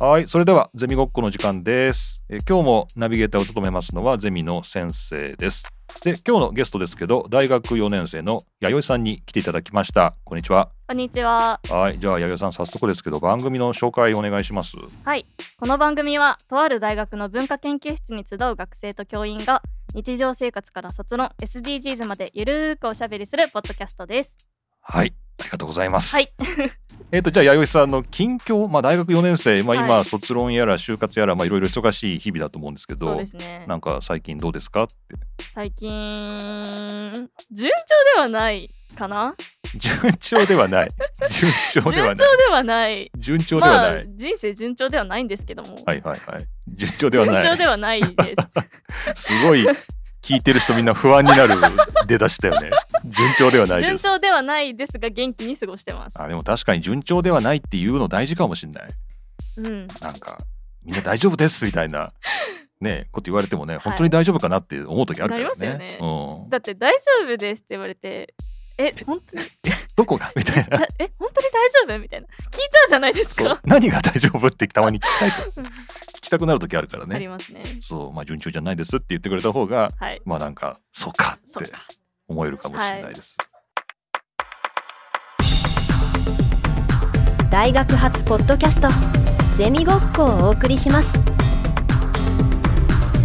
はいそれではゼミごっこの時間ですえー今日もナビゲーターを務めますのはゼミの先生ですで今日のゲストですけど大学4年生の弥生さんに来ていただきましたこんにちはこんにちは。はいじゃあ弥生さん早速ですけど番組の紹介お願いしますこの番組はとある大学の文化研究室に集う学生と教員が日常生活から卒論 SDGs までゆるーくおしゃべりするポッドキャストです。はいありがとうございます、はい。 えっ、とじゃあ弥生さんの近況まあ大学4年生まあ今、はい卒論やら就活やらまあいろいろ忙しい日々だと思うんですけそうどですね。なんか最近どうですかって最近順調ではないかな。順調では ない。順調順では調ない。ではない。順調ではまなあい。人生順調ではないんですけども。はいはいはい。順調では順 な調い。ではないです。すごい聞いてる人みんな不安になる出だしだよね。順調ではない順です。調ではないですが元気に過ごしてます。あでも確かに順調ではないっていうの大事かもしれない。うん。なんかみんな大丈夫ですみたいなねこと言われてもね本当に大丈夫かなって思う時あるからね。なりますよねうん。だって大丈夫ですって言われて。え、本 当に、どこがみたいな。だえ、本当に大丈夫みたいな。聞いちゃうじゃないですそうか。何が大丈夫ってたま に聞きたいとうん聞きたくなる時あるからありね。ますね。そうまあ順調じゃないですって言ってくれた方がはい。まあなんかそうかっそってか。思えるかもしれないです。大学発ポッドキャストゼミごっこをお送りします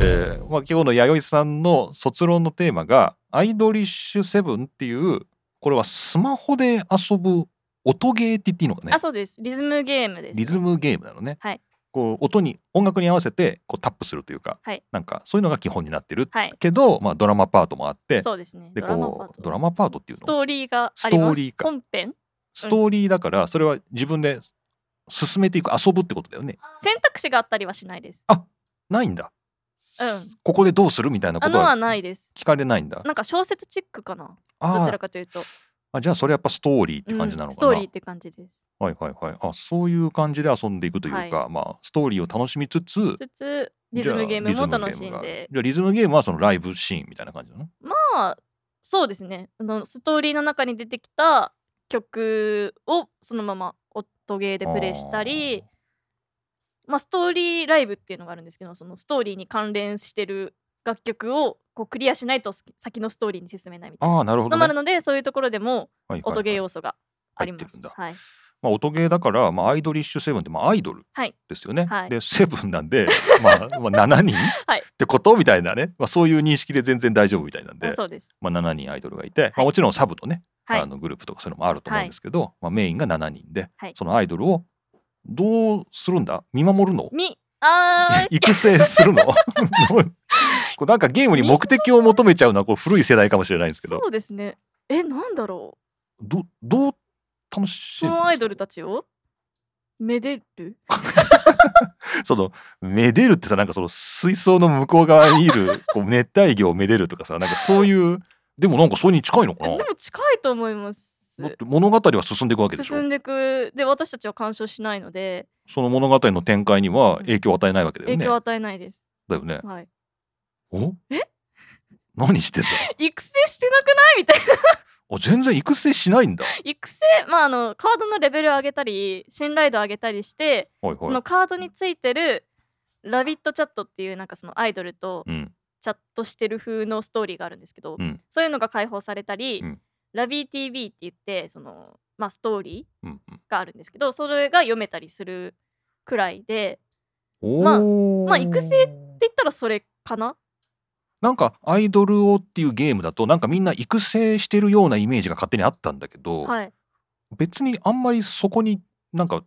えーまあ、今日の弥生さんの卒論のテーマが「アイドリッシュセブン」っていうこれはスマホで遊ぶ音ゲーって言っていいのかねあ、そうです。リズムゲームです。リズムゲームなのね、はいこう音に音楽に合わせてこうタップするというか、はいなんかそういうのが基本になってるはい。けど、まあ、ドラマパートもあってそうですね。でドラマパこーうト。ドラマパートっていうスのトーリーがあストりーます。リーか本編ストーリーだからそれは自分で進めていく遊ぶってことだよね。選択肢があったりはしないです。ないんだ、うんここでどうするみたいなこあとのははないです。聞かれないんだ。なんか小説チックかな。あどーちらかというと。あじゃあそれやっぱストーリーって感じなうんのスかトーな、リーって感じです。はいはいはいあそういう感じで遊んでいくというか、まあストーリーを楽しみつつつつ、リズムゲームも楽しんで。じゃあリズムゲームがじゃあリズムゲームはそのライブシーンみたいな感じなのまあ、そうですね。あの、ストーリーの中に出てきた曲をそのまま音ゲーでプレイしたり、まあ、ストーリーライブっていうのがあるんですけどそのストーリーに関連してる楽曲をこうクリアしないとす先のストーリーに進めないみたあいーなあーなるほど、のねもあるのでそういうところでもはいはいはい音ゲー要素がありま入ってするん。だはい、まあ、音ゲーだから、まあ、アイドリッシュセブンって、まあ、アイドルはいですよね、はいでセブンなんで、まあ、まあ7人、 はいってことみたいなね、まあ、そういう認識で全然大丈夫みたいなんあで、そうです。まあ、7人アイドルがいて、まあ、もちろんサブのねはいあのグループとかそういうのもあると思うんですけど、まあ、メインが7人で、はいそのアイドルをどうするんだ見守るのみあー育成するの こうなんかゲームに目的を求めちゃうのはこう古い世代かもしれないんですけどそうですね。えなんだろうどどう楽しそんでるんのアでイすかドルたちをめでるそのめでるってさなんかその水槽の向こう側にいる こう熱帯魚をめでるとかさなんかそういうでもなんかそれに近いのかでなも近いと思います。だって物語は進んでいくわけでしょ進んでいくで私たちは干渉しないのでその物語の展開には影響を与えないわけだよ影ね響を与えないです。 だよねはい、お何して んだ育成してなくないみたいなあ全然育成しないんだ、育成まああのカードのレベルを上げたり信頼度を上げたりして、はいはい、そのカードについてるラビットチャットっていうなんかそのアイドルとうん、チャットしてる風のストーリーがあるんですけど、うんそういうのが解放されたり、うんラビー TV って言ってそのまあストーリうんーがあるんですけどそれが読めたりするくらいでうんまあおーまあ育成って言ったらそれかななんかアイドルをっていうゲームだとなんかみんな育成してるようなイメージが勝手にあったんだけど、はい、別にあんまりそこになんか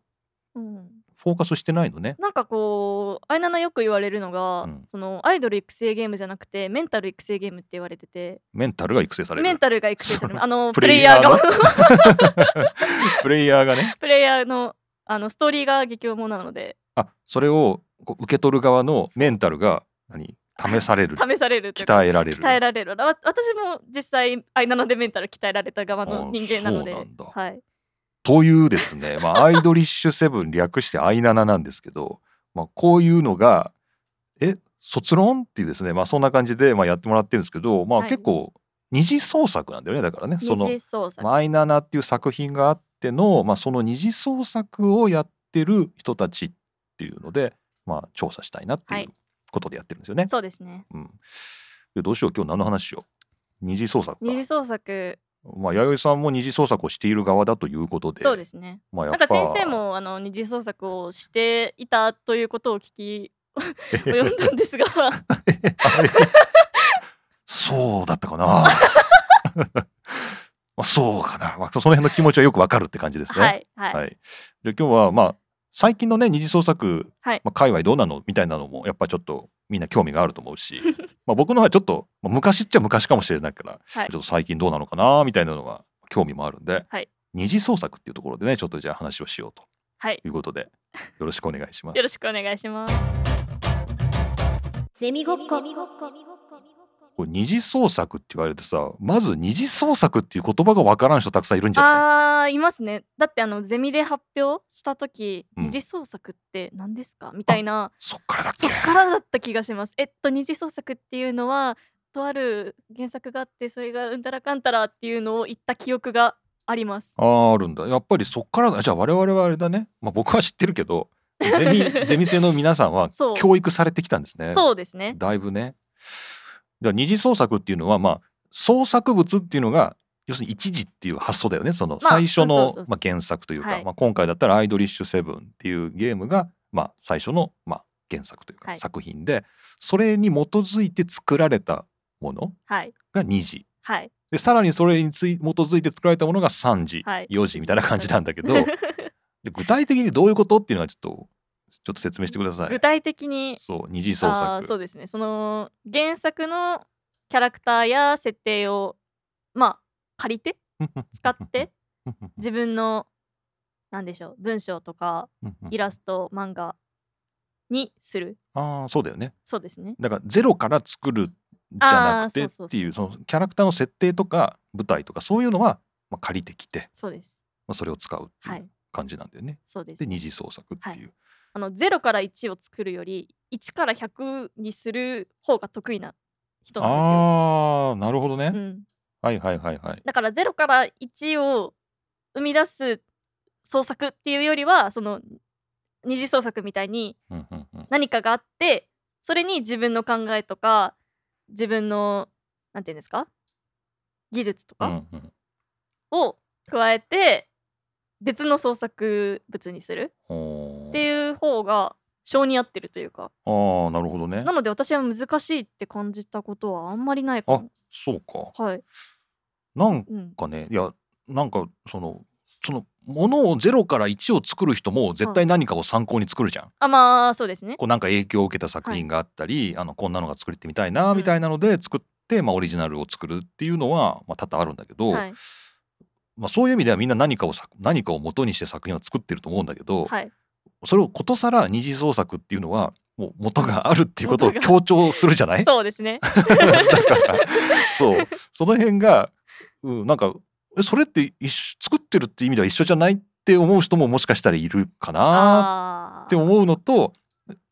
うん、フォーカスしてないのねなんかこうあいなのよく言われるのが、うんそのアイドル育成ゲームじゃなくてメンタル育成ゲームって言われててメンタルが育成されるメンタルが育成されそ るあの ププレレイイヤヤーーがが プレイヤーがねプレイヤーのあのストーリーが激おもなのであそれをこう受け取る側のメンタルが何試される試されるというか鍛えられる鍛えられるわ私も実際アイナのでメンタル鍛えられた側あの人間なのでそうなんだはい、というですね、まあ、アイドリッシュセブン略してアイナナなんですけど、まあ、こういうのがえ卒論っていうですね、まあ、そんな感じでまあやってもらってるんですけど、まあ、はい結構二次創作なんだよねだからねそ二の次創作、まあアイナナっていう作品があっての、まあ、その二次創作をやってる人たちっっていうので、まあ、調査したいなってはいいうことでやってるんですよね。そうですねうん、でどうしよう今日何の話しよう二次捜索か二次創作まあ、弥生さんも二次創作をしている側だということでそうですねまあ、やなっんかぱ先生もあの二次創作をしていたということを聞 き及んだんですがそうだったかな まあそうかな、まあ、その辺の気持ちはよくわかるって感じですね。はいはい、はい、で今日はまあ最近のね二次創作、はいまあ、界隈どうなのみたいなのもやっぱちょっとみんな興味があると思うし まあ僕のはちょっと、まあ、昔っちゃ昔かもしれないから、はいちょっと最近どうなのかなみたいなのが興味もあるんで、はい二次創作っていうところでねちょっとじゃあ話をしようとはい、いうことでよろしくお願いします。よろしくお願いしますゼミごっここれ二次創作って言われてさまず二次創作っていう言葉がわからん人たくさんいるんじゃないあーいますねだってあのゼミで発表した時、うん二次創作って何ですかみたいなそっからだっけそっからだった気がしますえっと二次創作っていうのはとある原作があってそれがうんたらかんたらっていうのを言った記憶がありますあーあるんだやっぱりそっからだじゃあ我々はあれだね、まあ、僕は知ってるけどゼ ミゼミ生の皆さんはそう教育されてきたんですねそうですねだいぶねじゃあ二次創作っていうのはまあ創作物っていうのが要するに一時っていう発想だよねそのまあ最初そうそのうそうそうまあ原作というか、はいまあ、今回だったら「アイドリッシュセブン」っていうゲームがまあ最初のまあ原作というはかい作品で、それに基づいて作られたものはいが二次はいでさらにそれについ基づいて作られたものが3時、はい4時みたいな感じなんだ けどで具体的にどういうことっていうのはちょっとちょっと説明してくださ具い。体的にそう二次創あー作そうですねその原作のキャラクターや設定をまあ借りて使って自分のなんでしょう文章とかイラススト漫画にするトああそうだよねそうですねだからゼロから作るじゃなくてあーっそうそうそうていうそのキャラクターの設定とか舞台とかそういうのは、まあ、借りてきて、そうですまあ、それを使うってはいうい感じなんだよね。そうですで二次創作っていう、あの0から1を作るより1から100にする方が得意な人なんああなるほどね、ですよ、うん、はいはいはいはい。だから0から1を生み出す創作っていうよりはその二次創作みたいにうんうんうん何かがあってそれに自分の考えとか自分のなんていうんですか技術とうかんうんを加えて別の創作物にするほーっていう方が性に合ってるというかああなるほどねな。ので私は難しいって感じたことはあんまりないかあもそうか。はい、なんうん、かねいやなんかそのそのものをゼロから1を作る人も絶対何かを参考に作るじゃん。あまあそうですねこうなんか影響を受けた作品があったり、あのこんなのが作りてみたいなみたいなので作って、まあ、オリジナルを作るっていうのは、まあ、多々あるんだけど、はいまあ、そういう意味ではみんな何かをさ何かを元にして作品を作ってると思うんだけど、はいそれをことさら二次創作っていうのはもう元があるっていうことを元強が調するじゃ ないそうですねだからそうその辺が、うん、なんかえそれって一緒作ってるって意味では一緒じゃないって思う人ももしかしたらいるかなあっーて思うのと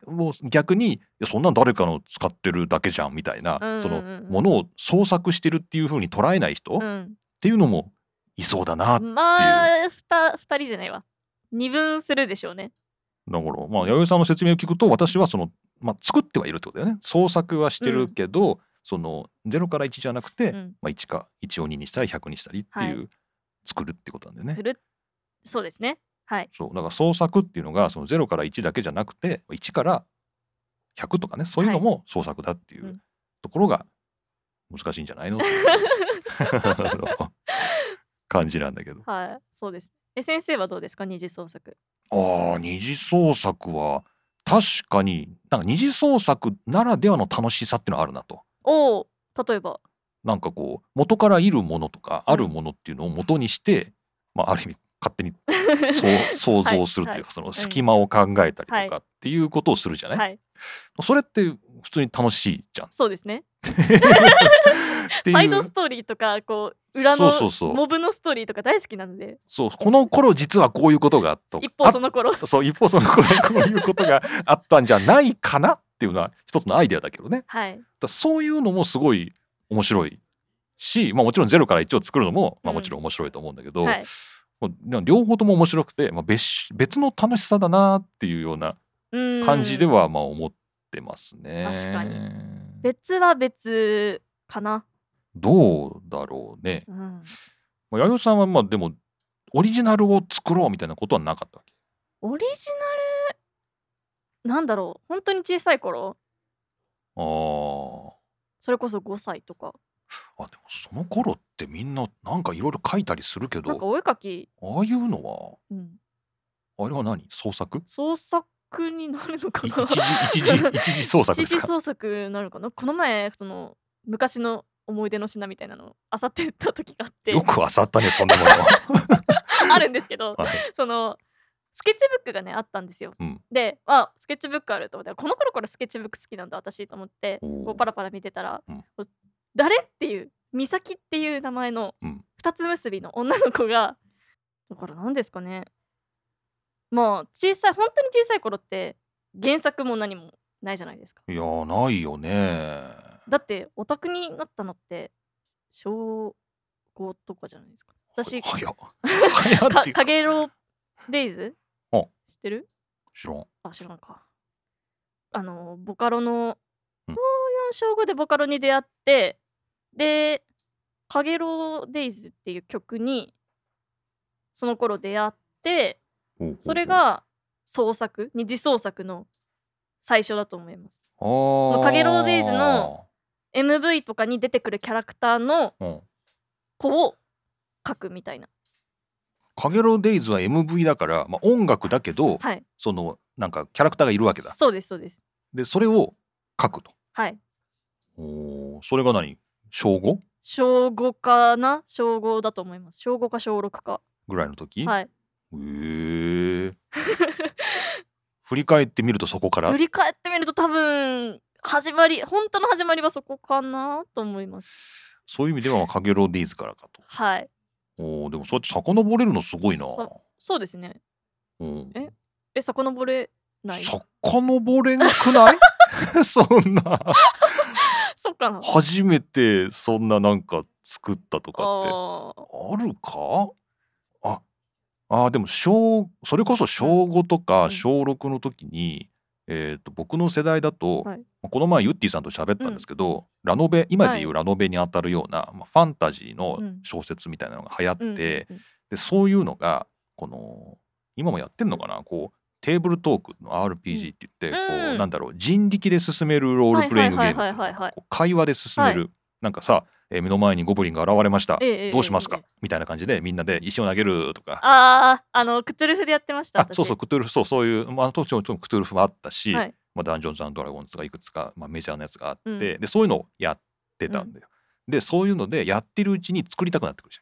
もう逆にいやそんなん誰かの使ってるだけじゃんみたいな、うんうんうんそのものを創作してるっていう風に捉えない人っうんていうのもいそうだな、だかまあふた二人じゃないわ二分するでしょうねら、まあ、弥生さんの説明を聞くと私はその、まあ、作ってはいるってことだよね創作はしてるけど、その0から1じゃなくて、うんまあ、1か1を2にしたり100にしたりっていう、作るってことなんだよすね。るそうですねはいそうだから創作っていうのがその0から1だけじゃなくて1から100とかねそういうのも創作だっていはいううんところが難しいんじゃないの、って いうあの感じなんだけど。はいそうですえ先生はどうですか二次創作ああ二次創作は確かになんか二次創作ならではの楽しさっていうのはあるなと。おお例えばなんかこう元からいるものとかあるものっていうのを元にして、まあ、ある意味勝手にそう 想像するというか、その隙間を考えたりはいとかっていうことをするじゃない、 はいそれって普通に楽しい じゃんっそうですねていうサイドストーリーとかこう裏のそうそうそうモブのストーリーとか大好きなのでそうこの頃実はこういうことがあった一方その頃あそう一方その頃こういうことがあったんじゃないかなっていうのは一つのアイデアだけどねだかはいらそういうのもすごい面白いし、まあ、もちろんゼロから1を作るのも、まあ、もちろん面白いと思うんだけど、はいもうな両方とも面白くて、まあ、別し別の楽しさだなっていうようなうん感じではまあ思ってますね。確かに別は別かな、どうだろうね。うん、まあ弥生さんはまあでもオリジナルを作ろうみたいなことはなかったわけ。オリジナルなんだろう本当に小さい頃あーそれこそ5歳とかあでもその頃ってみんななんかいろいろ書いたりするけなんかどお絵描き、ああいうのはうん、あれは何創作創作になるのかいな一時一 時一時創作で一す時か創作なのかなこの前その昔の思い出の品みたいなのをあさってた時があってよくあさったねそんな ものは、 あるんですけどはいそのスケッチブックがねあったんですよ、うんであスケッチブックあると思ってこの頃からスケッチブック好きなんだ私と思っておーこうパラパラ見てたら、うんこう誰っていう美咲っていう名前のうん二つ結びの女の子がだから何ですかねもう小さい本当に小さい頃って原作も何もないじゃないですかいやーないよねだってオタクになったのって小5とかじゃないですか私か 早っ早っていうか影ロデイズうん知ってる知らんあ知らんかあのボカロのうん高4小5でボカロに出会ってで「かげろうデイズ」っていう曲にその頃出会ってほうほうほうそれが創作二次創作の最初だと思いますあーそのかげろうデイズの MV とかに出てくるキャラクターのうん子を書くみたいなかげろうデイズは MV だから、まあ、音楽だけど、はいそのなんかキャラクターがいるわけだそうですそうですでそれを書くとはいおーそれが何小 5? 小5かな小5だと思います小5か小6かぐらいの時、はいへえ 振り返ってみるとそこから振り返ってみると多分始まり本当の始まりはそこかなと思いますそういう意味ではかげろうデイズからかとはいおーでもそうやって遡れるのすごいなそそうですねうんええ遡れないそ遡れなくない そんな っかなあ初めてそんななんか作ったとかってーあるかああーでも小それこそ小5とうかん小6の時に、えー、と僕の世代だと、はいまあこの前ユッティさんと喋ったんですけど、ラノベ今で言うラノベにあたるような、まあ、ファンタジーのうん小説みたいなのが流行って、うんでうんうんそういうのがこの今もやってんのかなこうテーブルトークの RPG って言って、こううんなんだろう人力で進めるロールプレイングゲームっていうのはいはいはいはいはかいはいこう会話で進める、なんかさ、えー目の前にゴブリンが現れました、ええええどうしますか、ええみたいな感じでみんなで石を投げるとかあーあのクトゥルフでやってましたあそうそうクトゥルフそうそういう、まあ、当時もちろんクトゥルフもあったし、はいまあ、ダンジョンズドラゴンズがいくつか、まあ、メジャーなやつがあって、うんでそういうのをやってたんだよ。でそういうのでやってるうちに作りたくなってくるじ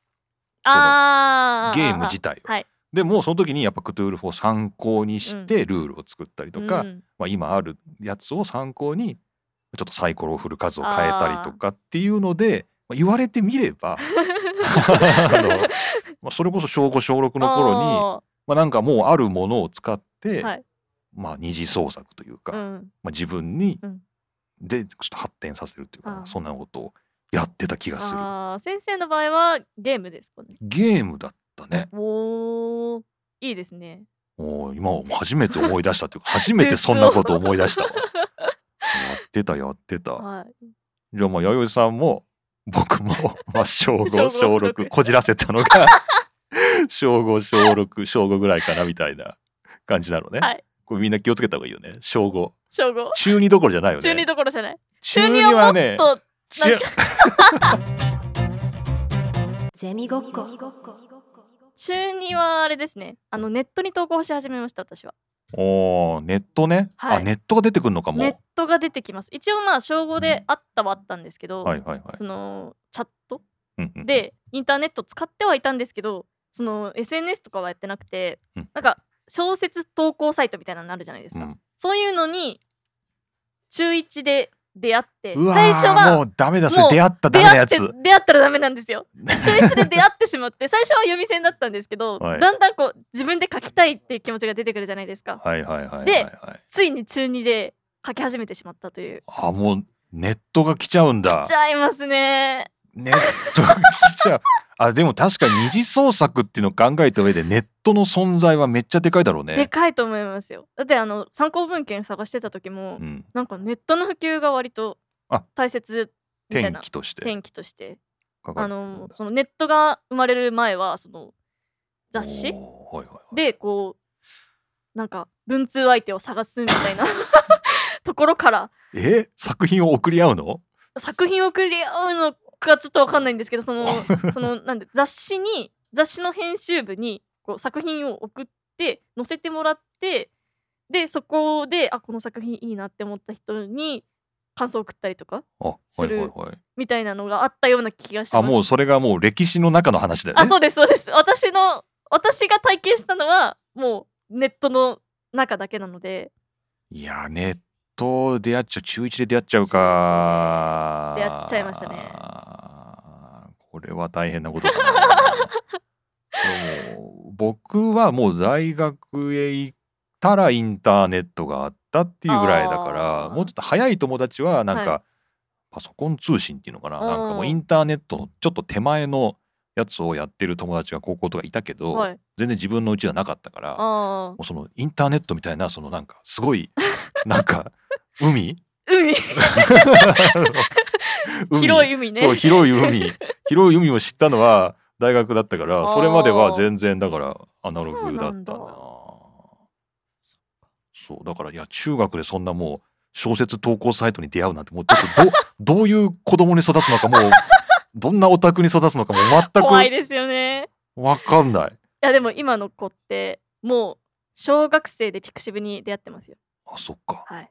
ゃあんーゲーム自体を。はいでもうその時にやっぱクトゥルフを参考にしてルールを作ったりとか、うんまあ、今あるやつを参考にちょっとサイコロを振る数を変えたりとかっていうのでまあ言われてみれ ばあの、まあ、それこそ小5小6の 頃にあまあ、なんかもうあるものを使って、ーはいまあ、二次創作というか、うんまあ、自分に、うんでちょっと発展させるというかあーそんなことをやってた気がするあー先生の場合はゲームですかねゲームだったねおーいいですねもう今は初めて思い出したというか初めてそんなこと思い出したわやってたやってたはいじゃあまあ弥生さんも僕 もまあ小小5五小小6六こじらせたのが 小5小6小5ぐらいかなみたいな感じなのね、はいこれみんな気をつけた方がいいよね小5小5中2どころじゃないよね中二どころじゃない中中二二はもはっねと中なんゼミごっこ中二はあれですねあのネットに投稿し始めました私はおーネットね、はいあネットが出てくるのかも、ネットが出てきます一応まあ小5であったはあったんですけど、はいはいはいそのチャットうんうんでインターネット使ってはいたんですけどその SNS とかはやってなくて、うんなんか小説投稿サイトみたいなのあるじゃないですうか、んそういうのに中1で出会ってうわー最初はもうダメだそもれう出会ったダ出メな会やってつ出会ったらダメなんで すよ中1で出会ってしまって最初は読み線だったんですけど、はいだんだんこう自分で書きたいっていう気持ちが出てくるじゃないですかはいはいはいはい、はい、でついに中2で書き始めてしまったというあもうネットが来ちゃうんだ来ちゃいますねネットが来ちゃうあでも確かに二次創作っていうのを考えた上でネットの存在はめっちゃでかいだろうでね。かいと思いますよだってあの参考文献探してた時も、うん、なんかネットの普及が割とあ大切みたい天な気として天気としてかかあるのそのネットが生まれる前はその雑誌おーはいはいはいでこうなんか文通相手を探すみたいな ところからえ作品を送り合うの作品をクリアうのかちょっとわかんないんですけどその そのなんで雑誌に雑誌の編集部にこう作品を送って載せてもらってでそこであこの作品いいなって思った人に感想を送ったりとかあはすいるはいはい。みたいなのがあったような気がします。あもうそれがもう歴史の中の話だよね。あそうですそうです私の私が体験したのはもうネットの中だけなのでいやネット出会っちゃう中1で出会っちゃうか中一で出会っちゃいましたねこれは大変なことだなでも僕はもう大学へ行ったらインターネットがあったっていうぐらいだかあーらもうちょっと早い友達はなんか、はパソコン通信っていうのかなうんなんかもうインターネットのちょっと手前のやつをやってる友達が高校とかいたけど、はい全然自分のうちはなかったから。あもうそのインターネットみたいなそのなんかすご いなんか海ー海広い海ねそう広 い海広い海を知ったのは大学だったかあらーそれまでは全然だからアナログだったなそうなんだそうだからいや中学でそんなもう小説投稿サイトに出会うなんてもうちょっ とどどういう子供に育つのかもうどんなオタクに育つのかも怖い全ですよねく分かんないいやでも今の子ってもう小学生でピクシブに出会ってますよあそっかはい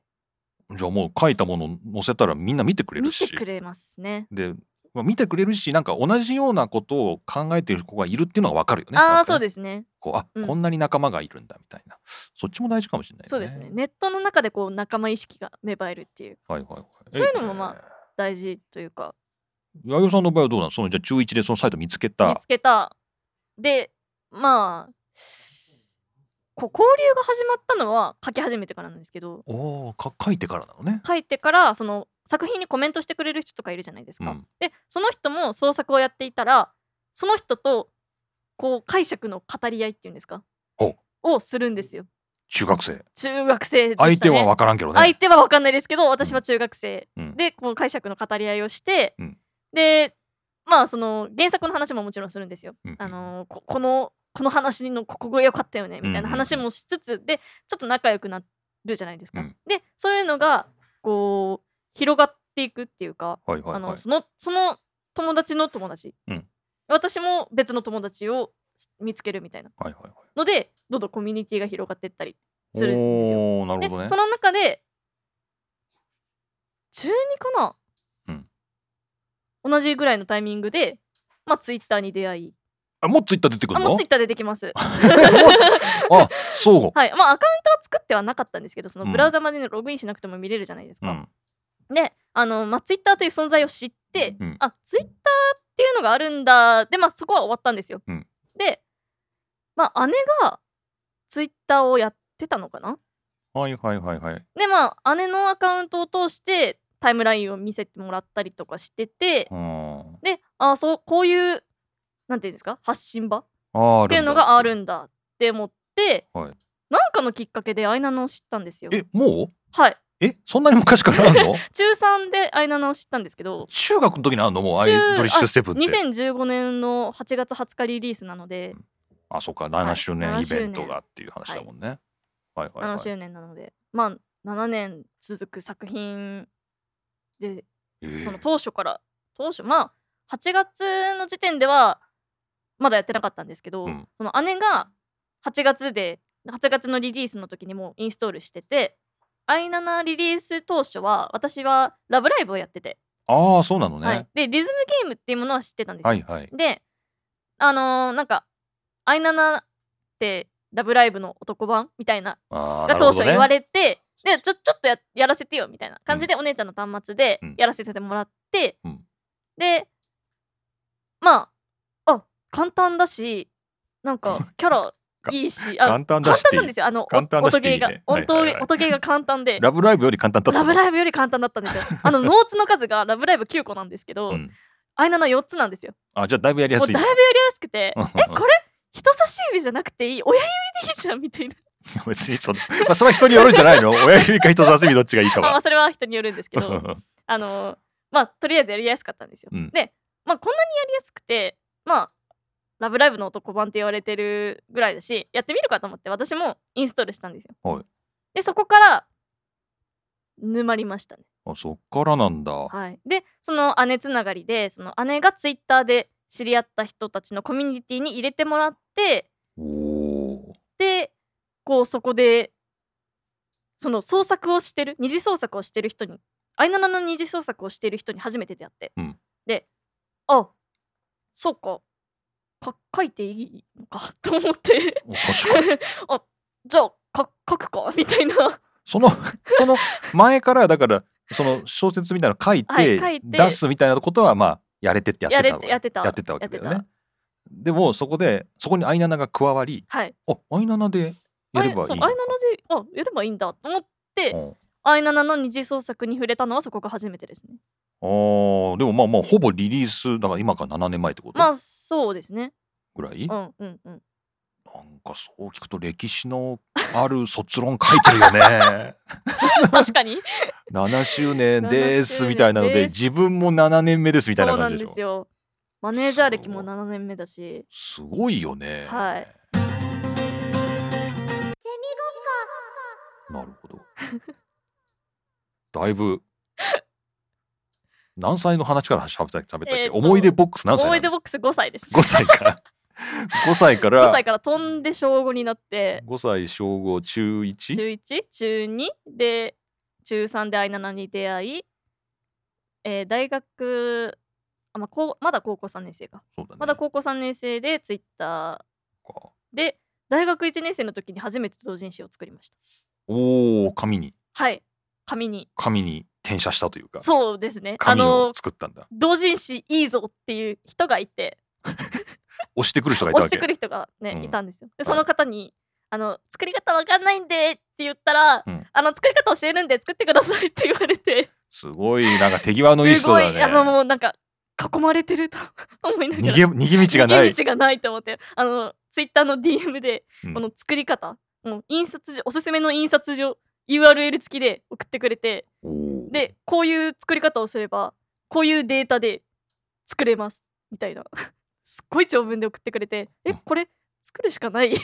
じゃあもう書いたもの載せたらみんな見てくれ見るしてくれますねで、まあ、見てくれるしなんか同じようなことを考えてる子がいるっていうのは分かるよね。あなあんかそねうですねこうあ、うんこんなに仲間がいるんだみたいなそっちも大事かもしれない、ね。そうですねネットの中でこう仲間意識が芽生えるっていうはいはいはい。そういうのもまあ。大事というか弥生さんの場合はどうなのそのじゃあ中1でそのサイト見つけ見たつけたでまあこう交流が始まったのは書き始めてからなんですけどおおか書いてからなのね。書いてからその作品にコメントしてくれる人とかいるじゃないですか、うんでその人も創作をやっていたらその人とこう解釈の語り合いっていうんですかほをするんですよ中学生。中学生でした、ね、相手は分からんけどね。相手は分かんないですけど私は中学生、うんでこの解釈の語り合いをして、うんでまあその原作の話ももちろんするんですよ、うんうんあのここのこの話のここが良かったよねみたいな話もしつつ、でちょっと仲良くなるじゃないですか、うんでそういうのがこう広がっていくっていうか、はいはいあはいの。そのその友達の友達、うん私も別の友達を見つけるみたいなはいはいはい。のでどんどんコミュニティが広がっていったりするんですよおおなるほどでねそ。の中で中2かな、同じぐらいのタイミングでまあツイッターに出会いあもうツイッター出てくあるの？もうツイッター出てきます あそう。はいまあアカウントは作ってはなかったんですけどそのうんブラウザまでねログインしなくても見れるじゃないです うか、んであの、まあ、ツイッターという存在を知って、うんあツイッターっていうのがあるんだでまあそこは終わったんですよ、うんでまあ姉がツイッターをやってたのかなはいはいはいはい。でまあ姉のアカウントを通してタイムラインを見せてもらったりとかしてて、うん。でああそうこういうなんていうんですか発信場っああるんだていうのがあるんだって思って、はいなんかのきっかけでアイナナを知ったんですよ。えもう？はいえそんなに昔からあるの中3でアイナナを知ったんですけど 中学の時にあるのもうアイ中ドリッシュステップって2015年の8月20日リリースなのであそうか7周年はいイベン7周ト年がっていう話だもんね、はい、はいはい7周年なので、まあ7年続く作品でえーその当初から当初まあ8月の時点ではまだやってなかったんですけど、うんその姉が8月で8月のリリースの時にもうインストールしてて「i7」リリース当初は私は「ラブライブ!」をやってて、ああそうなのね、ははいい、、でリズムゲームっていうものは知ってたんですよ。はいはいであのーなんか「i7」って「ラブライブ!」の男版みたいなああながる当ほ初ど言ねわれて、でちょちょっとややらせてよみたいな感じでお姉ちゃんの端末でうんやらせてもらって、うんでまああ簡単だしな んかキャラいいしあ簡単だしっていなんいですよあのお簡単だし音っていゲーいが、ね音ゲーはいはいはい音ゲーが簡単で。ラブライブより簡単だったラの ブライブより簡単だったんですよ。あのノーツの数がラブライブ9個なんですけど、うんアイナの4つなんですよ。あじゃあだいぶやりやもうすだいいぶやりやすくてうんうんえこれ人差し指じゃなくていい親指でいいじゃんみたいな 別に その、まあ、それは人によるんじゃないの親指か人差し指どっちがいいかまあまあは。それは人によるんですけうどんあのまあとりあえずやりやすかったんですよ。うんで、まあ、こんなにやりやすくてまあ「ラブライブ!」の男版って言われてるぐらいだしやってみるかと思って私もインストールしたんですよ。はいでそこから沼りましたね。 あそっからなんだ。はい、でその姉つながりでその姉がツイッターで知り合った人たちのコミュニティに入れてもらっておおでこうそこでその創作をしてる二次創作をしてる人にアイナナの二次創作をしてる人に初めて出会って、うんであそうかか書いていいのか と思ってー。確かにあじゃあか書くか みたいなその その前からだからその小説みたいなの書いて,、はい書いて出すみたいなことはまあやれてってやってたわけやれてやってたやってたわけだよやっね。でもそこでそこにアイナナが加わりはいあアイナナでやればいいのあそうかアイナナであやればいいんだと思って、うんアイナナの二次創作に触れたのはそこが初めてですねあーでもまあまあほぼリリースだから今から7年前ってことまあそうですねぐらい、うなんんうんうんかそう聞くと歴史のある卒論書いてるよ ね確かに7周年です7周年みたいなのでです自分も7年目ですみたいそなうなん感じででしょすよマネージャー歴も7年目だしすごいよねはいなるほどだいぶ何歳の話から喋った喋ったっけ、えーっと思い出ボックス何歳思ない出のボックス5歳です5歳から 5歳か5ら歳から飛んで小5になって5歳小5中 1? 中1中2で中3でアイナナに出会い、えー大学あ、まあ、こうまだ高校3年生かそうだねまだ高校3年生でツイッタかーで大学1年生の時に初めて同人誌を作りましたおお紙にはい紙に紙に転写したというかそうですねあ紙をの作ったんだ同人誌いいぞっていう人がいて押してくる人がいた押わしてけくる人がね、うんいたんですよでいその方に、あの作り方わかんないんでって言ったら、うんあの作り方教えるんで作ってくださいって言われ てすごいなんか手際のいい人だすごいあのねもうなんか囲まれてると 思いながら逃げ逃げ道がない逃げ道がないと思ってあのツイッターの DM で、うんこの作り方もう印刷所おすすめの印刷所 URL 付きで送ってくれておーでこういう作り方をすればこういうデータで作れますみたいな すっごい長文で送ってくれてえうんこれ作るしかない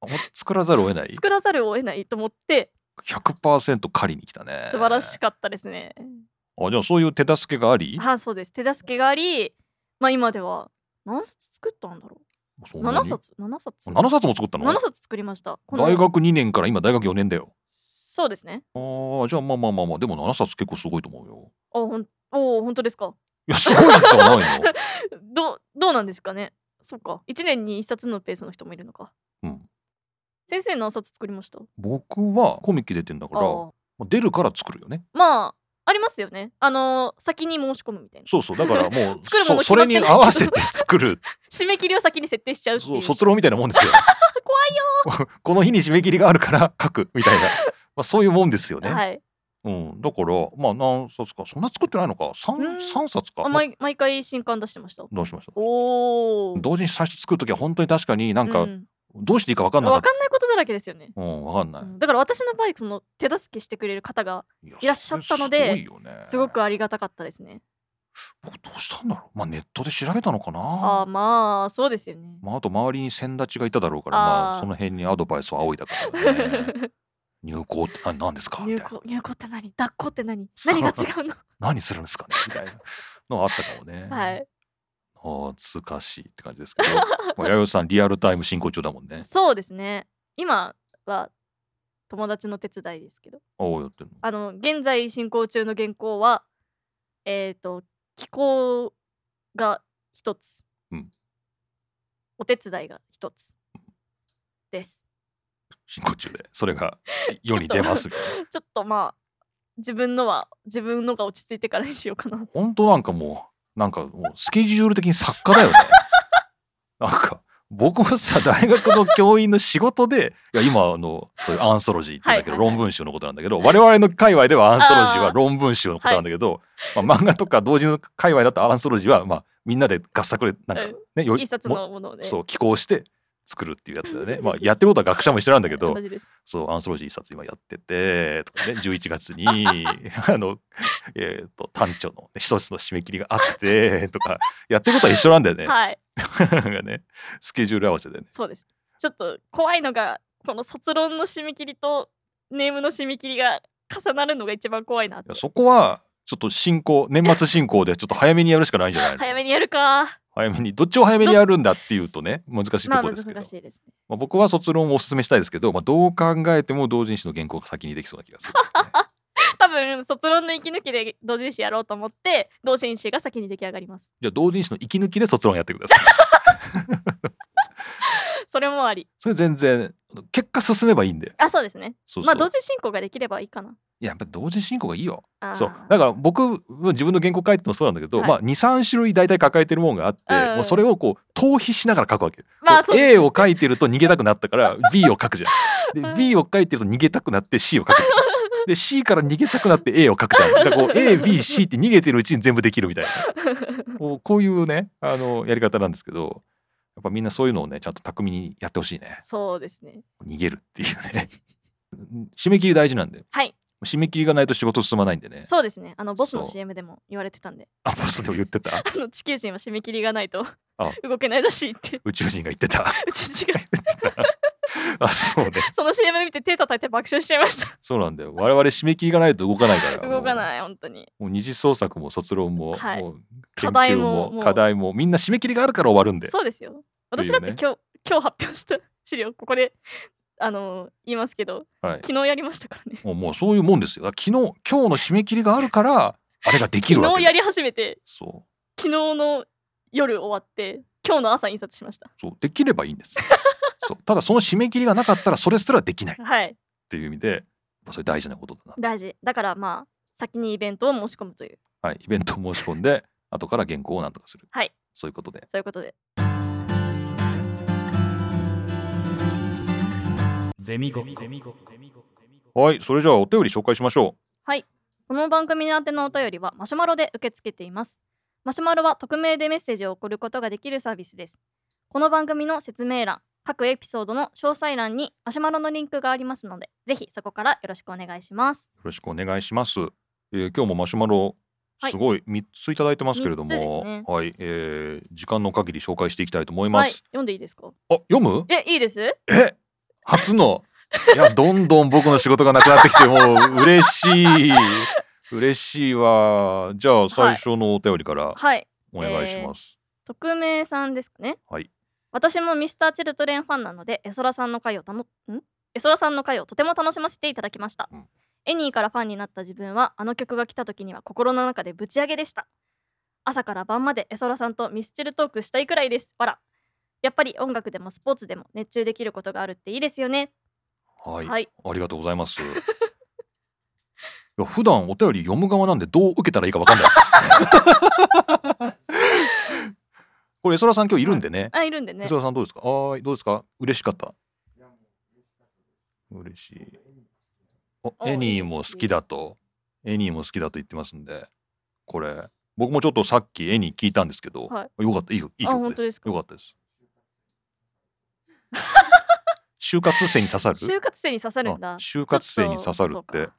あもう作らざるを得ない作らざるを得ないと思って100%狩りに来たね素晴らしかったですね。あじゃあそういう手助けがありあそうです手助けがあり、まあ、今では何冊作ったんだろそうなに7冊7冊7冊も作ったの7冊作りましたこの大学2年から今大学4年だよそうですねあーじゃあまあまあまあまあでも7冊結構すごいと思うよあほんおー本当ですかいやすごいじゃない のどうどうなんですかねそっか1年に1冊のペースの人もいるのかうん先生何冊作りました僕はコミック出てんだからあーまあ出るから作るよねまあありますよねあの先に申し込むみたいなそうそうだ からもう作るものそそれに決まってないけど合わせて作 る締め切りを先に設定しちゃうっていそうう卒論みたいなもん ですよ怖いよ この日に締め切りがあるから書くみたいな、まあ、そういうもんですよね、はいうん、だからまあ何冊かそんな作ってないのかうん 3, 三冊かあ毎毎回新刊出してましたどうしましたおお同時に最初作る時は本当に確かになんかうんどうしていいか分かんなかわった、かんないことだらけですよね、うん、分かんないうんだから私の場合その手助けしてくれる方がいやいらっしゃったのそれですごいよねすごくありがたかったですね、僕どうしたんだろうまあネットで調べたのかなあああ,、まあそうですよね、まあ、あと周りに先立ちがいただろうからあまーあその辺にアドバイスを仰いだから、 ね、入校ってあ何ですかみ入たいな校入校って何抱っこって何そう何が違 うの、何するんですかねみたいなのがあったかもねはい懐かしいって感じですけどまあ弥生さんリアルタイム進行中だも んねそうですね今は友達の手伝いですけどおうやってるのあの現在進行中の原稿はえっ、と機構が一つ、うんお手伝いが一つです 進行中でそれが世に出ますみたいなちょっとまあ自分のは自分のが落ち着いてからにしようかな 本当なんかもうなんかもうスケジュール的に作家だよねなんか僕もさ大学の教員の仕事でいや今あのそういうアンソロジーっていうんだけど、はいはいは論い文集のことなんだけど我々の界隈ではアンソロジーあはー論文集のことなんだけど、まあ、漫画とか同時の界隈だとアンソロジーは、まあ、みんなで合作でなんか、ねより一冊ものもので。そう寄稿して作るっていうやつだよね、まあ、やってることは学者も一緒なんだけど同じですそうアンソロジー一冊今やっててとかね11月 にあの、えー、と短調の、ね、一つの締め切りがあってとかやってることは一緒なんだよ ね。はい、がねスケジュール合わせでね。そうです。ちょっと怖いのが、この卒論の締め切りとネームの締め切りが重なるのが一番怖いなっいてや。そこはちょっと進行年末進行でちょっと早めにやるしかないんじゃないの早めにやるか。早めにどっちを早めにやるんだっていうとね難しいとまあころ難ですけど、まあしいですね。僕は卒論をおすすめしたいですけど、まあ、どう考えても同人誌の原稿が先にできそうな気がする、 多分卒論の息抜きで同人誌やろうと思って同人誌が先に出来上がります。じゃあ同人誌の息抜きで卒論やってくださいそれもあり。それ全然結果進めばいいんであ、そうですね。そうそまう、あ同時進行ができればいいかな。いややっぱ同時進行がいいよあーそうだから僕自分の原稿書いててもそうなんだけど、はいまあ23種類大体抱えてるもんがあって、うんまあ、それをこう逃避しながら書くわけまあこそううです A を書いてると逃げたくなったから B を書くじゃん。うでん B を書いてると逃げたくなって C を書くじゃん。で C から逃げたくなって A を書くじゃん。だからこう ABC って逃げてるうちに全部できるみたいな。こうこういうねあのやり方なんですけどやっぱみんなそういうのをねちゃんと巧みにやってほしいね。 そうですね。逃げるっていうね。 締め切り大事なんではい、締め切りがないと仕事進まないんでね。そうですね。あのボスのそう CM でも言われてたんで、 あボスでも言ってたあの地球人は締め切りがないとあ 動けないらしいって、 宇宙人が言ってた。うち違う。あそうねその CM 見て手叩いて爆笑しちゃいました。そうなんだよ我々締め切りがないと動かないから。動かない、本当に。もう二次創作も卒論も,、はいもう研課題究もももう課題もみんな締め切りがあるから終わるんでそうですよ。というね私だって今日、今日発表した資料、ここで、あの言いますけど、はい昨日やりましたからね。もうもうそういうもんですよだから昨日今日の締め切りがあるからあれができるわ昨け日やり始めて、そう昨日の夜終わって、今日の朝印刷しました。そうできればいいんです そうただその締め切りがなかったらそれすらできないっはい。ていう意味でまあそれ大事なことだな、大事だからまあ先にイベントを申し込むというはい、イベントを申し込んで後から原稿をなんとかする、はい、そういうことでそういうことでゼミごっこはいそれじゃあお便り紹介しましょこの番組の宛てのお便りはマシュマロで受け付けていますマシュマロは匿名でメッセージを送ることができるサービスですこの番組の説明欄各エピソードの詳細欄にマシュマロのリンクがありますのでぜひそこからよろしくお願いしますうよろしくお願いします、えー今日もマシュマロはいすごい3ついただいてますけれども、三つですねはい、えー時間の限り紹介していきたいと思いまはいす、読んでいいですかあ読むえいいですえ初のいやどんどん僕の仕事がなくな ってきてもう嬉しい嬉しいわじゃあ最初のお便りからはいお願いします、匿名さんですかねはい私もミスターチルトレンファンなのでエソラさんの回をたのんエソラさんの回をとても楽しませていただきました、うんエニーからファンになった自分はあの曲が来た時には心の中でぶち上げでした朝から晩までエソラさんとミスチルトークしたいくらいですわらやっぱり音楽でもスポーツでも熱中できることがあるっていいですよねは、はいい、ありがとうございますいや普段お便り読む側なんでどう受けたらいいかわかんないです これエソラさん今日いるんでねあいるんでね磯田さんどうですか。はい、どうですか。嬉しかった。嬉しい。お、おエニーも好きだと。エニーも好きだと言ってますんで。これ、僕もちょっとさっきエニー聞いたんですけど。はよかった、いいよ、いいあ曲本当でですす。かよかったです。 就活生に刺さる。就活生に刺さるんあだ就活生に刺さるっちょてっとそうか。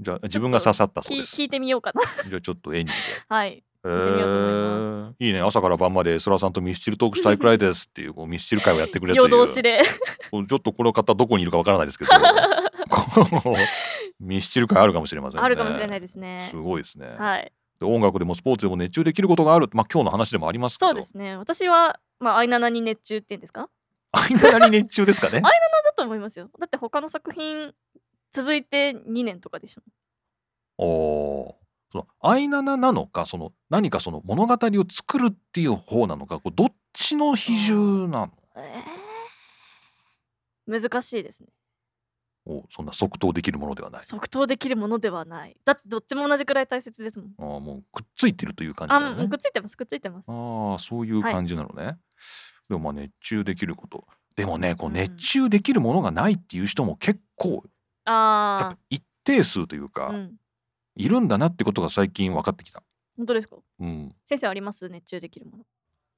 じゃあ、自分が刺さったそう聞です。聞いじてみようかなゃあ、ちょっとエニーで。はいえてみようと思いーいいね朝から晩までエスラさんとミスチルトークしたいくらいですっていうこうミスチル会をやってくれという夜通しでこうちょっとこの方どこにいるかわからないですけどこ う ミスチル会あるかもしれませんねあるかもしれないですねすごいですね、はいで音楽でもスポーツでも熱中できることがあるまあ今日の話でもありますけどそうですね私はまあアイナナに熱中って言うんです かあいなり熱中ですかねあだと思いますよだって他の作品続いて2年とかでしょおおーそのアイナナなのかその何かその物語を作るっていう方なのかこうどっちの比重なのえ難しいですねおそんな即答できるものではない即答できるものではないだってどっちも同じくらい大切ですもんあーもうくっついてるという感じあだよもねうくっついてますくっついてますああそういうはい感じなのね。でもまあ熱中できることでもねこううん熱中できるものがないっていう人も結構やっあぱ一定数というあ、か、うん、いるんだなってことが最近分かってきた。本当ですかうん、先生あります熱中できるもの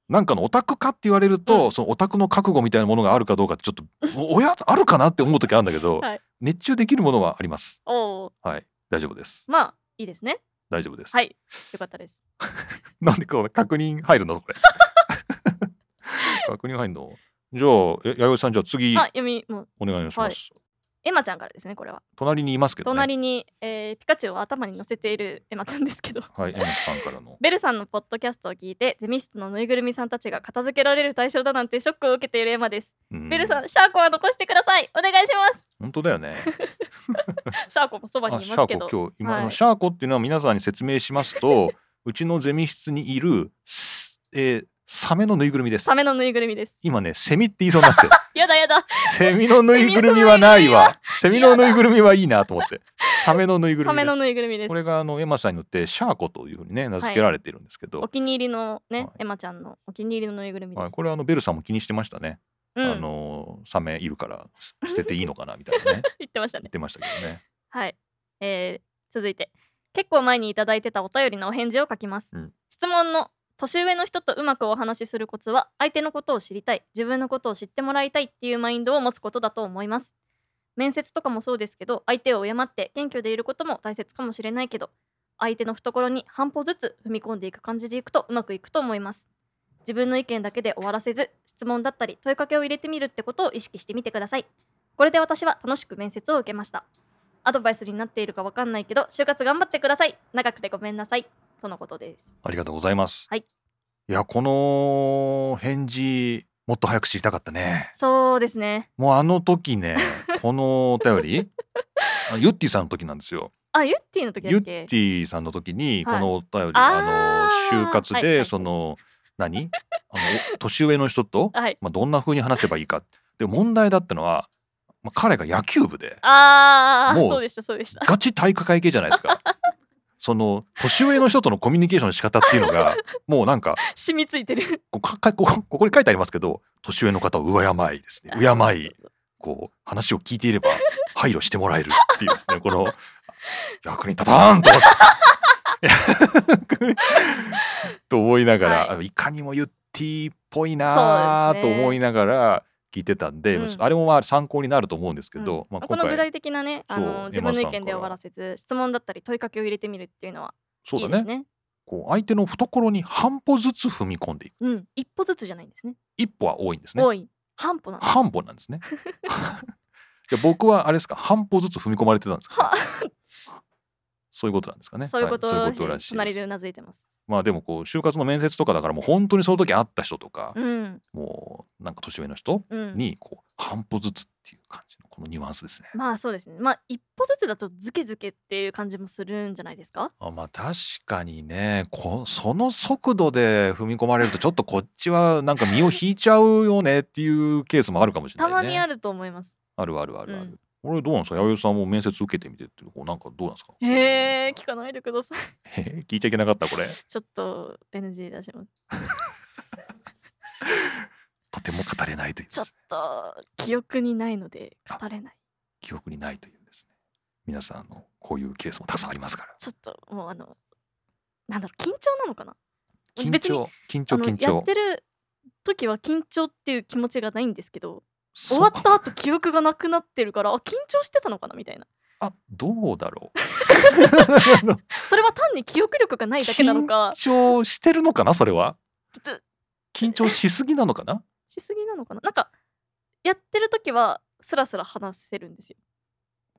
なんかのオタクかって言われると、うんそのオタクの覚悟みたいなものがあるかどうかってちょっとおや あるかなって思う時あるんだけど、はい熱中できるものはあります。おおはい、大丈夫です。まあいいですね大丈夫です。はいよかったですなんでこう確認入るのこれ。 確認入るの。じゃあえ弥生さんじゃあ次あ読みもうお願いします。エマちゃんからですねこれは隣にいますけどね。隣に、えーピカチュウを頭に乗せているエマちゃんですけどはい、エマさんからの。ベルさんのポッドキャストを聞いてゼミ室のぬいぐるみさんたちが片付けられる対象だなんてショックを受けているエマです、うんベルさんシャーコは残してくださいお願いします本当だ よね。シャーコもそばあにいシャますけーどコ今日今、あのはいシャーコっていうのは皆さんに説明しますとうちのゼミ室にいる、すえーサメのぬいぐるみですサ。メのぬいぐるみです今ねセミって言いそうにな ってるやだやだセミのぬいぐるみはないわセミのぬいぐるみはいいなと思ってサメのぬいぐるサみでメすのぬいぐるみですこれがあのエマさんによってシャーコというふうにね名付けられてるんですけど、お気に入りのね、はいエマちゃんのお気に入りのぬいぐるみです、はい、これはあのベルさんも気にしてましたね、うんあのサメいるから捨てていいのかなみたいな ね 言ってましたね言ってましたけどねはい、えー続いて結構前にいただいてたお便りのお返事を書きます、うん質問の年上の人とうまくお話しするコツは相手のことを知りたい自分のことを知ってもらいたいっていうマインドを持つことだと思います面接とかもそうですけど相手を敬って謙虚でいることも大切かもしれないけど相手の懐に半歩ずつ踏み込んでいく感じでいくとうまくいくと思います自分の意見だけで終わらせず質問だったり問いかけを入れてみるってことを意識してみてくださいこれで私は楽しく面接を受けましたアドバイスになっているかわかんないけど就活頑張ってください長くてごめんなさいとのことですありがとうございます、はい、やこの返事もっと早く知りたかったねそうですねもうあの時ねこのお便りあユッティさんの時なんですよあユッティの時だユっッけティさんの時にこはいのお便り、ああーの就活はいはでいその、何 あのお年上の人と、はいまあ、どんな風に話せばいいかで問題だったのは、まあ、彼が野球部であーもうそうでしたそうでしたガチ体育会系じゃないですかその年上の人とのコミュニケーションの仕方っていうの がもうなんか染みついてるこうかかここここに書いてありますけど年上の方を敬いですね敬 いこう話を聞いていれば 配慮してもらえるっていうですねこの役に立たんと思っていや と思いながら、はいあのいかにもユッティっぽいなあそうでとすね思いながら聞いてたんで、うんあれもまあ参考になると思うんですけうんど、まあ、こ今の具回体的なねあそうの自分のエ意マさん見で終わらせず質問だったり問いかけを入れてみるっていうのはそういだいねですねこう相手の懐に半歩ずつ踏み込んでいくうん一歩ずつじゃないんですね一歩は多いんですね多い半歩なんです半歩なんですね じゃあ僕はあれですか半歩ずつ踏み込まれてたんですかね、はそういうことなんですかねそういうことはそういうこでとらしい隣でですうなずいてますまあでもこう就活の面接とかだからもう本当にその時会った人とか、うんもうなんか年上の人うんにこう半歩ずつっていう感じのこのニュアンスですね。まあそうですねまあ一歩ずつだとズケズケっていう感じもするんじゃないですかあまあ確かにねこその速度で踏み込まれるとちょっとこっちはなんか身を引いちゃうよねっていうケースもあるかもしれなたいね。まにあるると思いますあるあるあるあうんる。これどうなんですか弥生さんも面接受けてみてってこうなんかどうなんですかへえ聞かないでください え 聞いちゃいけなかったこれちょっと NG 出しますとても語れないというでちょっすねと記憶にないので語れない記憶にないというですね皆さんあのこういうケースもたくさんありますからちょっともうあのなんだろう緊張なのかな緊別に張緊張あの緊や張ってる時は緊張っていう気持ちがないんですけどそ終わった後記憶がなくなってるからあ緊張してたのかなみたいなあどうだろ うそれは単に記憶力がないだけなのか緊張してるのかなそれはちょっと緊張しすぎなのかなしすぎなのかななんかやってる時はスラスラ話せるんですよ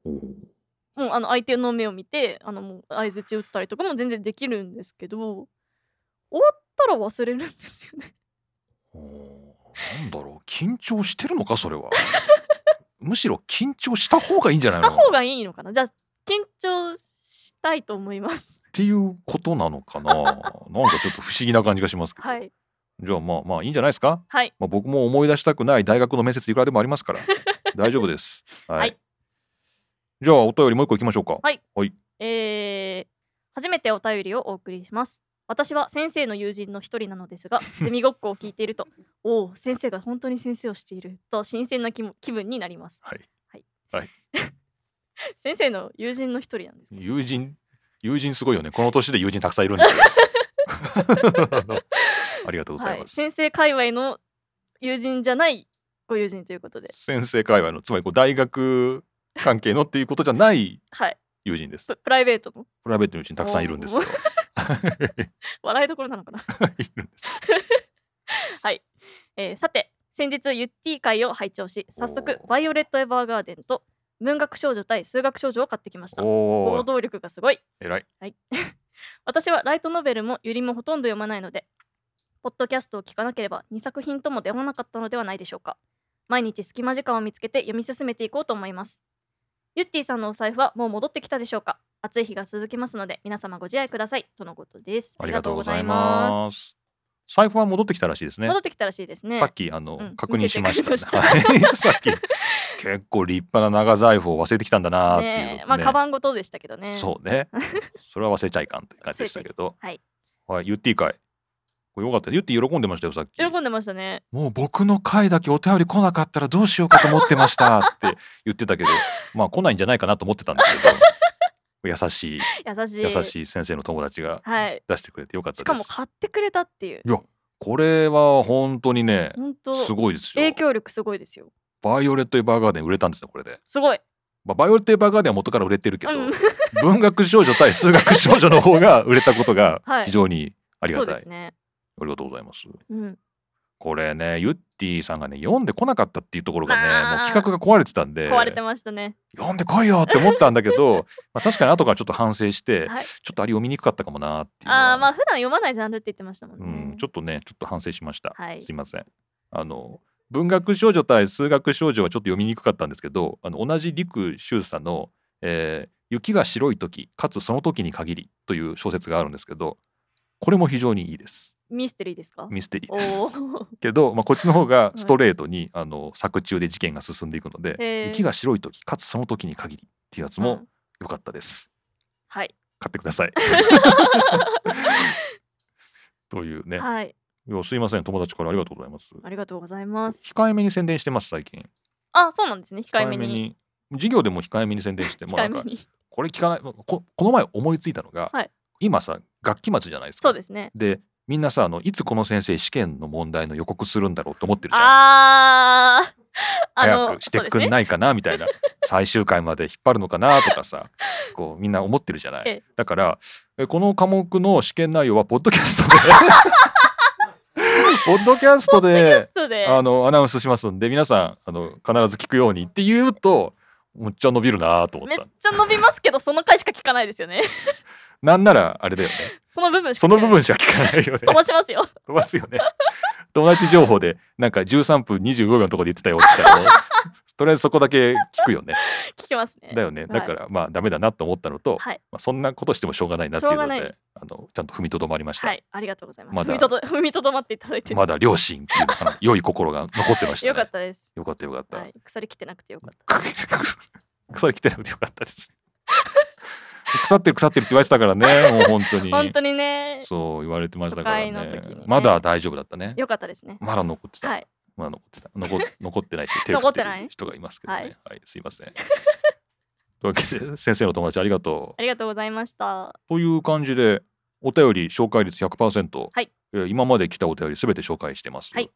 おーもうあの相手の目を見てあのもう相槌打ったりとかも全然できるんですけど終わったら忘れるんですよね。おーなんだろう緊張してるのかそれ はむしろ緊張した方がいいんじゃなしいのた方っがいいのかなじゃあ緊張したいと思います。ていうことなのかな なんかちょっと不思議な感じがしますけど、はいじゃあまあまあいいんじゃないですかはいまあ、僕も思い出したくない大学の面接いくらでもありますから大丈夫です。はい、はいじゃあお便りもう一個いきましょうか。はいはいえー初めてお便りをお送りします。私は先生の友人の一人なので すがゼミごっこを聞いているとおお先生が本当に先生をしていると新鮮な気も気分になりますはいはい、はい、 先生の友人の一人なんですね友人友人すごいよねこの年で友人たくさんいるんですよあのありがとうございはまい、す、先生界隈の友人じゃないご友人ということで先生界隈のつまりこう大学関係のっていうことじゃないはい友人ですププライベートのプライベートの友人たくさんいるんですよ笑いどころなのかな いるんですはい、えーさて先日ユッティ会を拝聴し早速おーバイオレット・エヴァーガーデンと文学少女対数学少女を買ってきま したお行お動力がすごいえらい私はライトノベルもユリもほとんど読まないのでポッドキャストを聞かなければ2作品とも出会わなかったのではないでしょうか毎日隙間時間を見つけて読み進めていこうと思いますユッティさんのお財布はもう戻ってきたでしょうか暑い日が続きますので皆様ご自愛くださいとのことですありがとうございありがとうございまます財布は戻ってきたらしいですすね戻ってきたらしいですねさっきあの、うん確認しました,、見せてくれま はいさっき結構立派な長財布を忘れてきたんだなーっていう、ねえまあカバンごとでしたけどねそう ねそれは忘れちゃいかんって感じでしたけどはいはい言っていいかいこれよかった言って喜んでましたよさっき喜んでましたねもう僕の回だけお便り来なかったらどうしようかと思ってましたって言ってた けどまあ来ないんじゃないかなと思ってたんですけど 優しい優しい優しい先生の友達がはい出してくれてよかったしですかも買ってくれたっていういやこれは本当にね本当すごいですよ影響力すごいですよバイオレット・エヴァーガーデン売れたんですよこれで、すごいまあ、バイオレット・エヴァーガーデンは元から売れてるけど、うん文学少女対数学少女の方が売れたことが はい非常にありがたい、そうですねありがとうございますうんこれねユッティさんがね読んでこなかったっていうところがね、まあもう企画が壊れてたんで壊れてましたね。読んでこいよって思ったんだけど まあ確かに後からちょっと反省して、はいちょっとあれ読みにくかったかもなっていうのはああ、まあ普段読まないジャンルって言ってましたもんうね。ん、ちょっとねちょっと反省しました、はいすいませんあの文学少女対数学少女はちょっと読みにくかったんですけどあの同じ陸秀さんの、えー雪が白い時かつその時に限り」という小説があるんですけどこれも非常にいいですミステリーですか？ミステリーおですお。けど、まあ、こっちの 方がいストレートに、あの作中で事件が進んでいくので「えー雪が白い時かつその時に限り」っていうやつ うもん良かったです、はい買ってくだ さいというね、はい。いやすいません友達からありがとうございますありがとうございます。控えめに宣伝してます最近あ、そうなんですね。控えめに。授業でも控えめに宣伝してま控あえなめんかに。これ聞かないここの前思いついたのが、はい今さ学期末じゃないですかそうですね。でみんなさあのいつこの先生試験の問題の予告するんだろうと思ってるじゃんああ。あ早のくしてそうですくんね。ないかなみたいな、最終回まで引っ張るのかなとかさこうみんな思ってるじゃないええだからえこの科目の試験内容はポッドキャス トでポッドキャストでそうで。あのアナウンスしますんで皆さんあの必ず聞くようにって言うとむっちゃ伸びるなと思めっったちゃ伸びますけど、その回しか聞かないですよね。なんならあれだよねその部分しかそ聞のかない。部分しか聞かないよね飛ばしますよ。 飛ばすよね友達情報でなんか13分25秒のところで言ってたよって言った らとりあえずそこだけ聞くよね聞きますね。だよねだからまあダメだなと思ったのと、はいまあ、そんなことしてもしょうがないなっていうしょのうがでないですあのちゃんと踏みとどまりました、はい、ありがとうございます。ま踏だみとど踏みとどまっていただいて。まだ両親っていうあの良い心が残ってましたねよかったです。よかったよかったはい、鎖切ってなくてよかった。腐りきてなくてよかったです。腐ってる腐ってるって言われてたからね、もう本当に。本当にね、そう言われてましたからね。初回の時にねまだ大丈夫だったね。よかったですね。まだ残ってた。はい、まだ残ってた。残残ってないって手を振っ残っててないる人がいますけどね。ははいい、すいません。というわけで先生の友達ありがとありがとうございました。う。という感じでお便り紹介率100%、はいえー今まで来たお便りすべて紹介してます。はい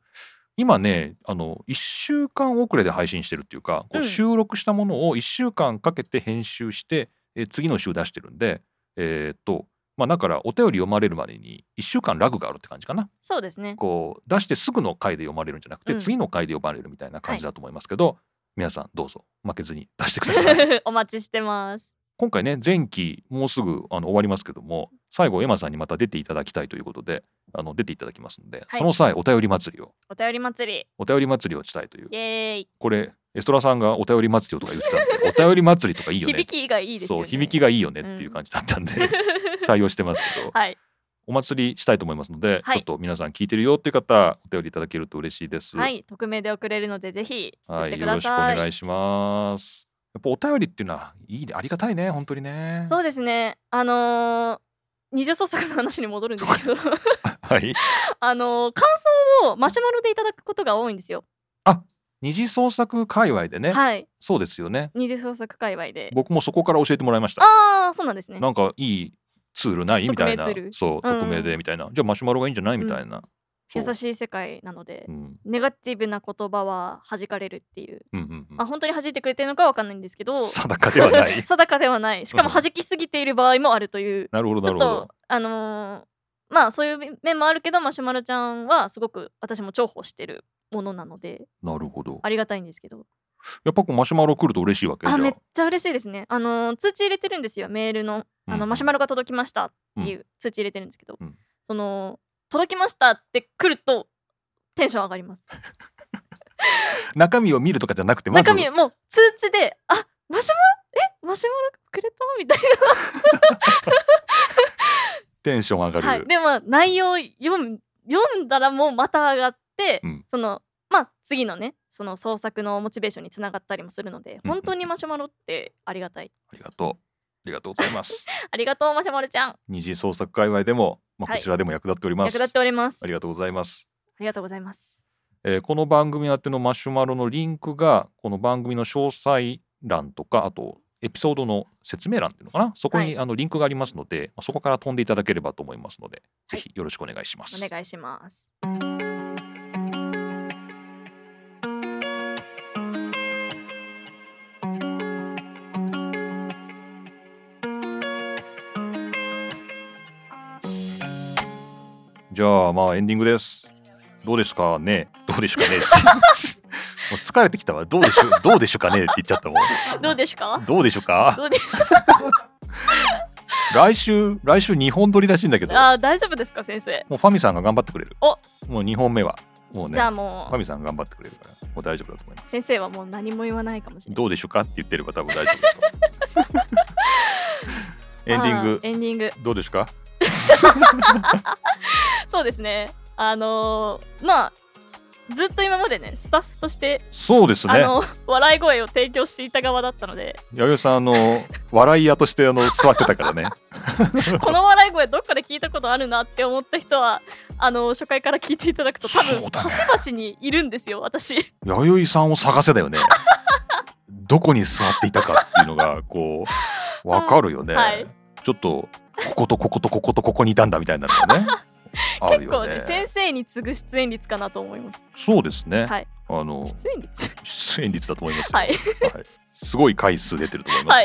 今ねあの1週間遅れで配信してるっていうかこうんう収録したものを1週間かけて編集して、えー次の週出してるんでえーっとまあだからお便り読まれるまでに1週間ラグがあるって感じかなそうですね。こう出してすぐの回で読まれるんじゃなくて、うん次の回で読まれるみたいな感じだと思いますけど、皆さんどうぞ負けずに出してください お待ちしてます。今回ね前期もうすぐあの終わりますけども最後エマさんにまた出ていただきたいということであの出ていただきますので、はいその際お便り祭りをお便り祭お便り祭りをしたいというり、イエーイ。これエストラさんがお便り祭りをとか言ってたん でお便り祭りとかいいよね響きがいいですよね。そう響きが。がいいよねっていう感じだったん で、採用してますけど、はい、お祭りしたいと思いますので、はいちょっと皆さん聞いてるよっていう方お便りいただけると嬉しいです。はい、匿名で送れるのでぜひ送はっいてくよだろしくおさい。願いします。やっぱお便りっていうのはいいねありがたいね本当にね。そうですね。あのー二重創作の話に戻るんですけ ど はい。あの感想をマシュマロでいただくことが多いんですよ。二次創作界隈でね、はい、そうですよね。二次創作界隈で。僕もそこから教えてもらいました。ああそうなんですね。なんかいいツールないみたいな匿名ツー。ルそう、うん匿名でみたいな。じゃあマシュマロがいいんじゃないみたいな。そう優しい世界なのでう、んネガティブな言葉は弾かれるっていう。うんうんうんあ本当に弾いてくれてるのかわかんないんですけど、定かではない。 定かではない。しかもうん弾きすぎている場合もあるという。なるほどちなょるほっどと。あのーまあそういう面もあるけどマシュマロちゃんはすごく私も重宝してるものなのでなるほど。ありがたいんですけどやっぱこうマシュマロ来ると嬉しいわけじゃあんめっちゃ嬉しいですねあのー通知入れてるんですよメールのあうんうのんマシュマロが届きましたっていうう通知入れてるんですけど、うんその届きましたって来るとテンション上がります中身を見るとかじゃなくてまず中身もう通知であマシュマロえマシュマロくれたみたいテンション上がる。な、はい、でも内容読む読んだらもうまた上がって、うんそのまあ次のねその創作のモチベーションにつながったりもするのでうん本当にマシュマロってありがたいありがとう。ありがとうござい ます。ありがとうマシュマロちゃん二次創作界隈でも、まあ、はいこちらでも役立っておりま役す。立っておりますありがとうございます。ありがとうございますえーこの番組宛てのマシュマロのリンクがこの番組の詳細欄とかあとエピソードの説明欄っていうのかなそこに、はいあのリンクがありますのでまあそこから飛んでいただければと思いますので、ぜひよろしくお願いします。お願いしますじゃあまあエンディングです。どうですかねどうでしょ うかねってもう疲れてきたわどうでしょうどうでしょうかねって言っちゃったもん。どうで すかどうでしょうかどうで来週来週2本撮りらしいんだけどあー大丈夫ですか先生、もうファミさんが頑張ってくれるおもう2本目はもうねじゃあもファうミさんが頑張ってくれるからもう大丈夫だと思います。先生はもう何も言わないかもしれないどうでしょうかって言ってれば多分大丈夫だと思 うエンディンあグーエンディングどうです かそうですねあのーまあずっと今までねスタッフとして、そうですあねの 笑い声を提供していた側だった ので弥生さんあの笑い屋としてあの座ってたからねこの笑い声どっかで聞いたことあるなって思った人はあの初回から聞いていただくと多そ分うだね端々にいるんですよ私弥生さんを探せだよねどこに座っていたかっていうのがこうわかるよね、はいちょっとこことこことこことここにいたんだみたいなのがね ある 結よ構ねね先生に次ぐ出演率かなと思いますそうですね、はいあの出演率 出演率だと思いますよ、はいはいすごい回数出てると思いますは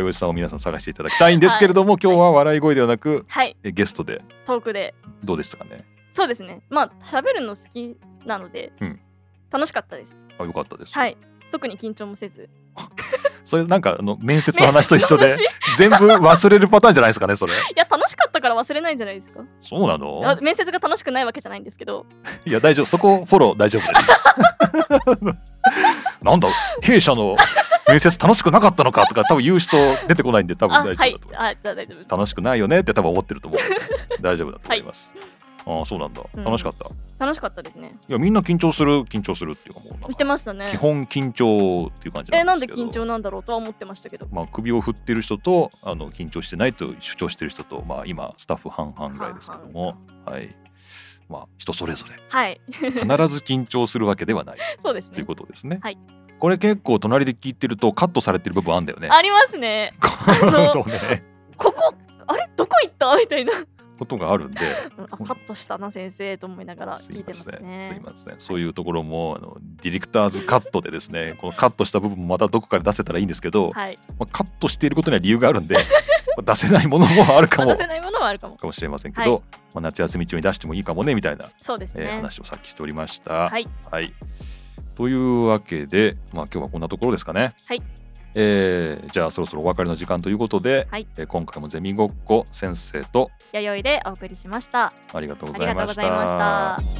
よ、弥生いさんを皆さん探していただきたいんですけれども、今日は笑い声ではなくはいえゲストでトークでどうでしたかねそうですねまあ喋るの好きなので、うん楽しかったですあよかったです、はい特に緊張もせずそれなんかあの面接の話と一緒で 面接の話全部忘れるパターンじゃないですかねそれいや楽しかったから忘れないんじゃないですかそうないやの面接が楽しくないわけじゃないんですけどいや大丈夫そこフォロー大丈夫です なんだ弊社の面接楽しくなかったのかとか多分言う人出てこないんで多分あ大丈夫だと思、はいうあじゃあ大丈夫です楽しくないよねって多分思ってると思うので大丈夫だと思います、ああそうなんだうん楽しかった、い楽しかったですねやみんな緊張する緊張するっていうかもうなんか言ってましたね基本緊張っていう感じえななんんでですけど、緊張なんだろうとは思ってましたけどまあ、首を振ってる人とあの緊張してないと主張してる人と、まあ、今スタッフ半々ぐらいですけども、はいまあ、人それぞれはい 必ず緊張するわけではないそうですといねうことですね。はいこれ結構隣で聞いてるとカットされてる部分あんだよね。ありますね のそうねここあれどこ行ったみたいなことがあるんでうんあカットしたな先生と思いながらす聞いいまてますせんすいねませんそういうところもあのディレクターズカットでですねこのカットした部分もまたどこから出せたらいいんですけど、はいまあ、カットしていることには理由があるん でまあ出せないものもあるかも渡せないものはあるかもかもしれませんけど、はまあ、夏休み中に出してもいいかもねみたいな、そうですえーね話をさっきしておりました。はいはいというわけで、まあ、今日はこんなところですかね。はいえーじゃあそろそろお別れの時間ということで、はいえー今回もゼミごっこ先生と弥生でお送りしましたありがとうあごりざいがとうまごしざいましたた。